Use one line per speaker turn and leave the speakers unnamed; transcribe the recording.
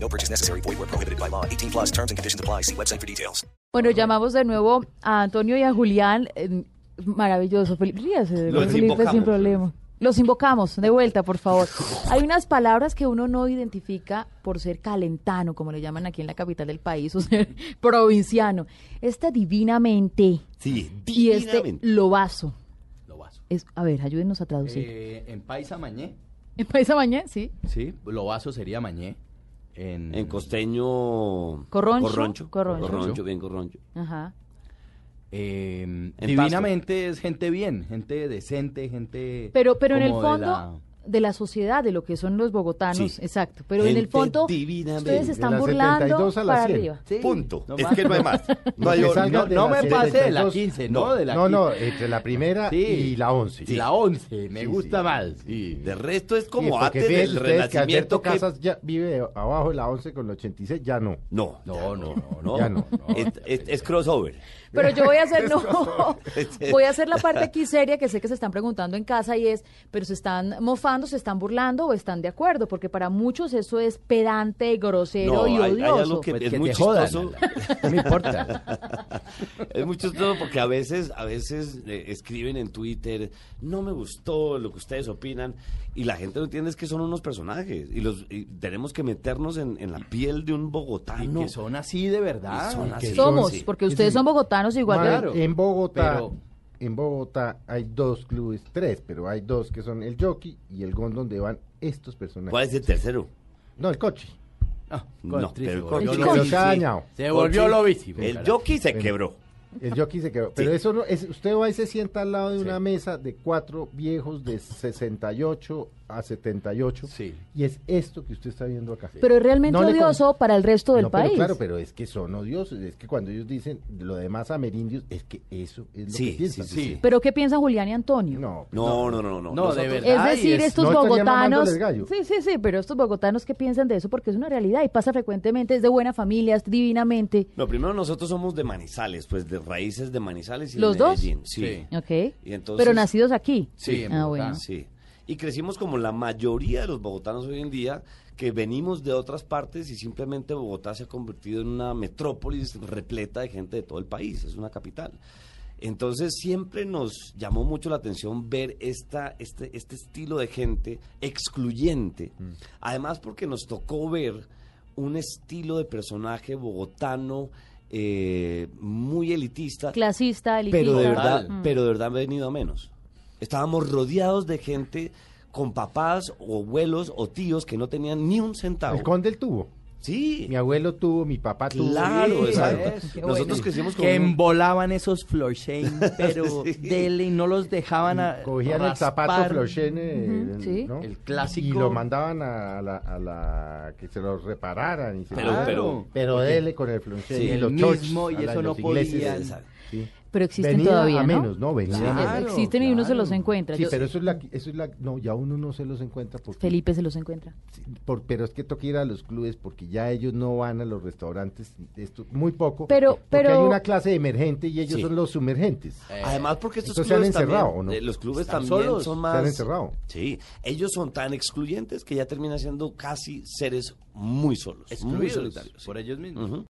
No purchase necessary. Void where prohibited by law. 18 plus terms and conditions apply. See website for details.
Bueno, llamamos de nuevo a Antonio y a Julián. eh, Maravilloso. Fel- ríase de
Los
Felipe sin
invocamos.
problema. Los invocamos, de vuelta, por favor. Hay unas palabras que uno no identifica por ser calentano, como le llaman aquí en la capital del país, o ser provinciano. Esta divinamente
Sí,
y este
divinamente.
lobazo.
Lo vaso.
Es, a ver, ayúdenos a traducir.
Eh, en paisa mañé,
¿En Paisa Mañé? Sí.
sí, lo vaso sería mañé. En,
En costeño.
Corroncho.
Corroncho.
Corroncho.
Corroncho, bien corroncho.
Ajá.
eh,
Pasto.
divinamente es gente bien, gente decente, gente.
Pero, pero en el
como de
fondo, de la...
la-
sociedad, de lo que son los bogotanos,
Sí.
exacto. Pero en el
Gente
fondo,
divinamente.
ustedes
De
están
la
burlando
72 a la
para
100.
arriba.
Sí,
Punto.
no
es
más.
que no hay más. No hay
Que
or-
salga
no-
de
no
la
me pase de la
72.
15, no, de la
No, no,
15.
entre la primera
Sí.
y la once.
Sí, La 11, me
Sí,
gusta
sí.
más.
De resto es
Sí,
como
porque
antes
fíjense
del
ustedes que Alberto
renacimiento. que-
Casas ya vive abajo de la 11 con el 86, ya no.
No,
No, no, no, Pues
no.
Ya no.
Es, es- es crossover.
Pero yo voy a hacer, no, voy a hacer la parte aquí seria que sé que se están preguntando en casa y es, pero se están mofando, se están burlando o están de acuerdo, porque para muchos eso es pedante, grosero
No, hay,
y
hay
odioso.
algo que
Pues
es
que
muy
te jodan,
chistoso.
No me importa.
Es muy chistoso porque a veces, a veces eh, escriben en Twitter, no me gustó lo que ustedes opinan, y la gente no entiende es que son unos personajes, y los y tenemos que meternos en, en la piel de un
Y
bogotano.
que son así de verdad.
Ah, Y son así.
Somos,
Sí.
porque ustedes
Sí.
son bogotanos igual.
Madre,
que-
claro,
en Bogotá,
pero-
en Bogotá hay dos clubes, tres, pero hay dos que son el jockey y el gond donde van estos personajes.
¿Cuál es el tercero?
No, el coche.
Ah,
No,
Contri
pero
se volvió
Contri-
Que los
lobísimo.
ha dañado.
Se volvió lobísimo.
El
carajo.
jockey se
Bueno.
quebró.
El jockey se quedó. Pero eso no, es, usted va y se sienta al lado de una
Sí.
mesa de cuatro viejos de 68 a 78.
Sí.
Y es esto que usted está viendo acá.
Pero es realmente
No le
odioso para el resto del
No, pero
país.
claro, pero es que son odiosos. Es que cuando ellos dicen lo demás amerindios, es que eso es lo
Sí,
que piensan.
sí, sí.
Pero ¿qué piensan Julián y Antonio?
No,
No, no, no, no.
No, de
Nosotros-
verdad.
Es
Ay,
decir,
es-
estos
no estaría
bogotanos.
mamándoles gallo.
Sí, sí, sí, pero estos bogotanos que piensan de eso porque es una realidad y pasa frecuentemente, es de buena familia, es divinamente.
No, primero nosotros somos de Manizales, pues de raíces de Manizales y
¿Los
de
dos?
Medellín. Sí.
Sí.
Ok.
Y entonces-
pero nacidos aquí.
Sí, en
Ah,
Bogotá.
bueno.
Sí. Y crecimos como la mayoría de los bogotanos hoy en día, que venimos de otras partes y simplemente Bogotá se ha convertido en una metrópolis repleta de gente de todo el país, es una capital. Entonces siempre nos llamó mucho la atención ver esta, este, este estilo de gente excluyente. Además porque nos tocó ver un estilo de personaje bogotano eh, muy elitista
Clasista, elitista.
pero de
Total. Mm.
verdad, pero de verdad han venido a menos. Estábamos rodeados de gente con papás o abuelos o tíos que no tenían ni un centavo.
el conde el tuvo.
Sí,
Mi abuelo tuvo, mi papá tuvo.
claro,
Sí,
exacto.
eso, qué
Nosotros
bueno.
crecimos con
Que
un-
embolaban esos Florchain, pero
Sí.
dele y no los dejaban a
Cogían el zapato
raspar.
Flochen, eh,
Ujú, sí.
¿no?
El clásico.
Y lo mandaban a, a la, a la- que se lo repararan. Y se
Pero-
lo-
pero-
pero dele con el Flochen.
Sí,
y
el
los chochs,
mismo, y
a la-
eso no
los ingleses,
podían.
exacto, sí.
Mm. Pero existen
Venida
todavía,
a
¿no?
menos, ¿no? venida a
Sí,
menos.
Claro,
existen y uno se
claro.
los encuentra.
Sí,
Yo-
pero eso es la, eso es la, no, ya uno no se los encuentra porque
Felipe se los encuentra.
Sí, por- pero es que toca ir a los clubes porque ya ellos no van a los restaurantes, esto muy poco.
Pero-
porque
pero-
hay una clase de emergente y ellos
Sí.
son los sumergentes.
Eh, Además porque estos
Entonces se han
clubes también,
encerrado, ¿o no?
eh, los clubes
Están
también
solos,
son
se
más
han encerrado.
Sí, ellos son tan excluyentes que ya terminan siendo casi seres muy solos, muy
Excluidos
solitarios. sí.
por ellos mismos.
Ujú.